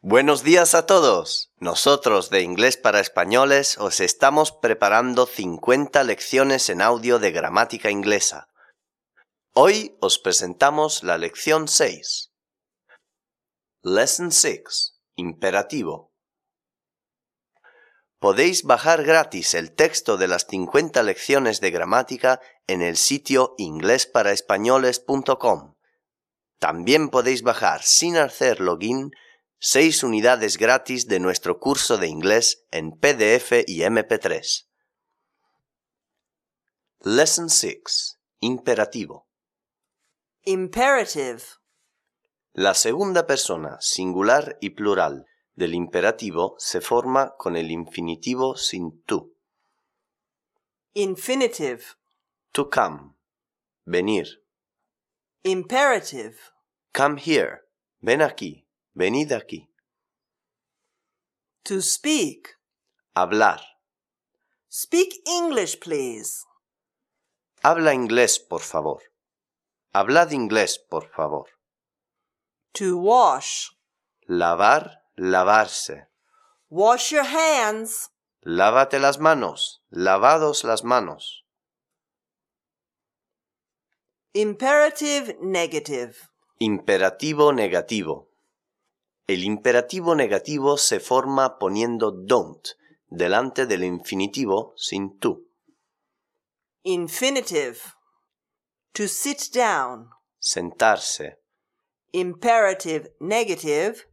Buenos días a todos. Nosotros de Inglés para Españoles os estamos preparando 50 lecciones en audio de gramática inglesa. Hoy os presentamos la lección 6. Lesson 6. Imperativo. Podéis bajar gratis el texto de las 50 lecciones de gramática en el sitio inglesparaespañoles.com. También podéis bajar sin hacer login seis unidades gratis de nuestro curso de inglés en PDF y MP3. Lesson 6. Imperativo. Imperative. La segunda persona, singular y plural, del imperativo se forma con el infinitivo sin tú. Infinitive. To come. Venir. Imperative. Come here. Ven aquí. Venid aquí. To speak. Hablar. Speak English, please. Habla inglés, por favor. Hablad inglés, por favor. To wash. Lavar, lavarse. Wash your hands. Lávate las manos. Lavados las manos. Imperative negative. Imperativo negativo. El imperativo negativo se forma poniendo don't delante del infinitivo sin tú. Infinitive. To sit down. Sentarse. Imperative negative.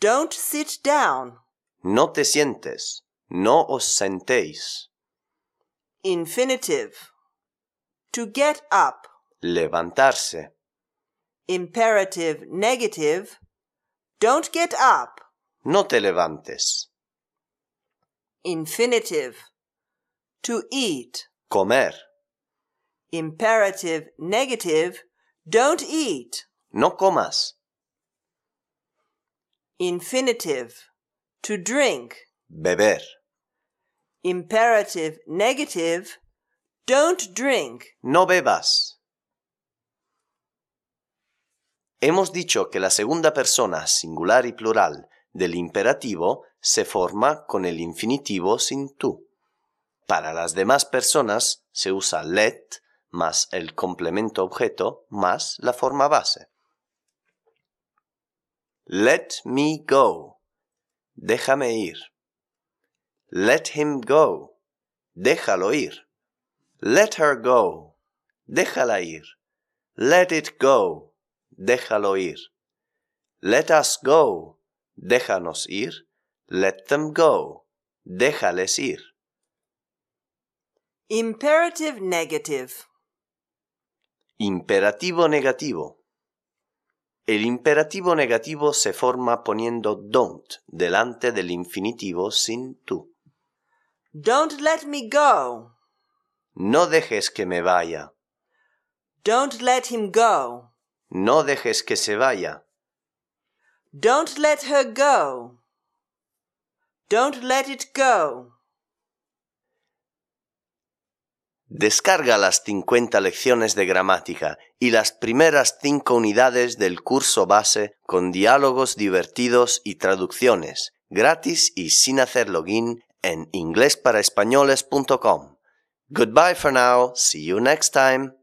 Don't sit down. No te sientes. No os sentéis. Infinitive. To get up. Levantarse. Imperative negative. Don't get up. No te levantes. Infinitive. To eat. Comer. Imperative negative. Don't eat. No comas. Infinitive. To drink. Beber. Imperative negative. Don't drink. No bebas. Hemos dicho que la segunda persona singular y plural del imperativo se forma con el infinitivo sin tú. Para las demás personas se usa let más el complemento objeto más la forma base. Let me go. Déjame ir. Let him go. Déjalo ir. Let her go. Déjala ir. Let it go déjalo ir. Let us go, déjanos ir. Let them go, déjales ir. Imperative negative. Imperativo negativo. El imperativo negativo se forma poniendo don't delante del infinitivo sin tú. Don't let me go. No dejes que me vaya. Don't let him go. No dejes que se vaya. Don't let her go. Don't let it go. Descarga las 50 lecciones de gramática y las primeras 5 unidades del curso base con diálogos divertidos y traducciones, gratis y sin hacer login en inglesparaespañoles.com. Goodbye for now, see you next time.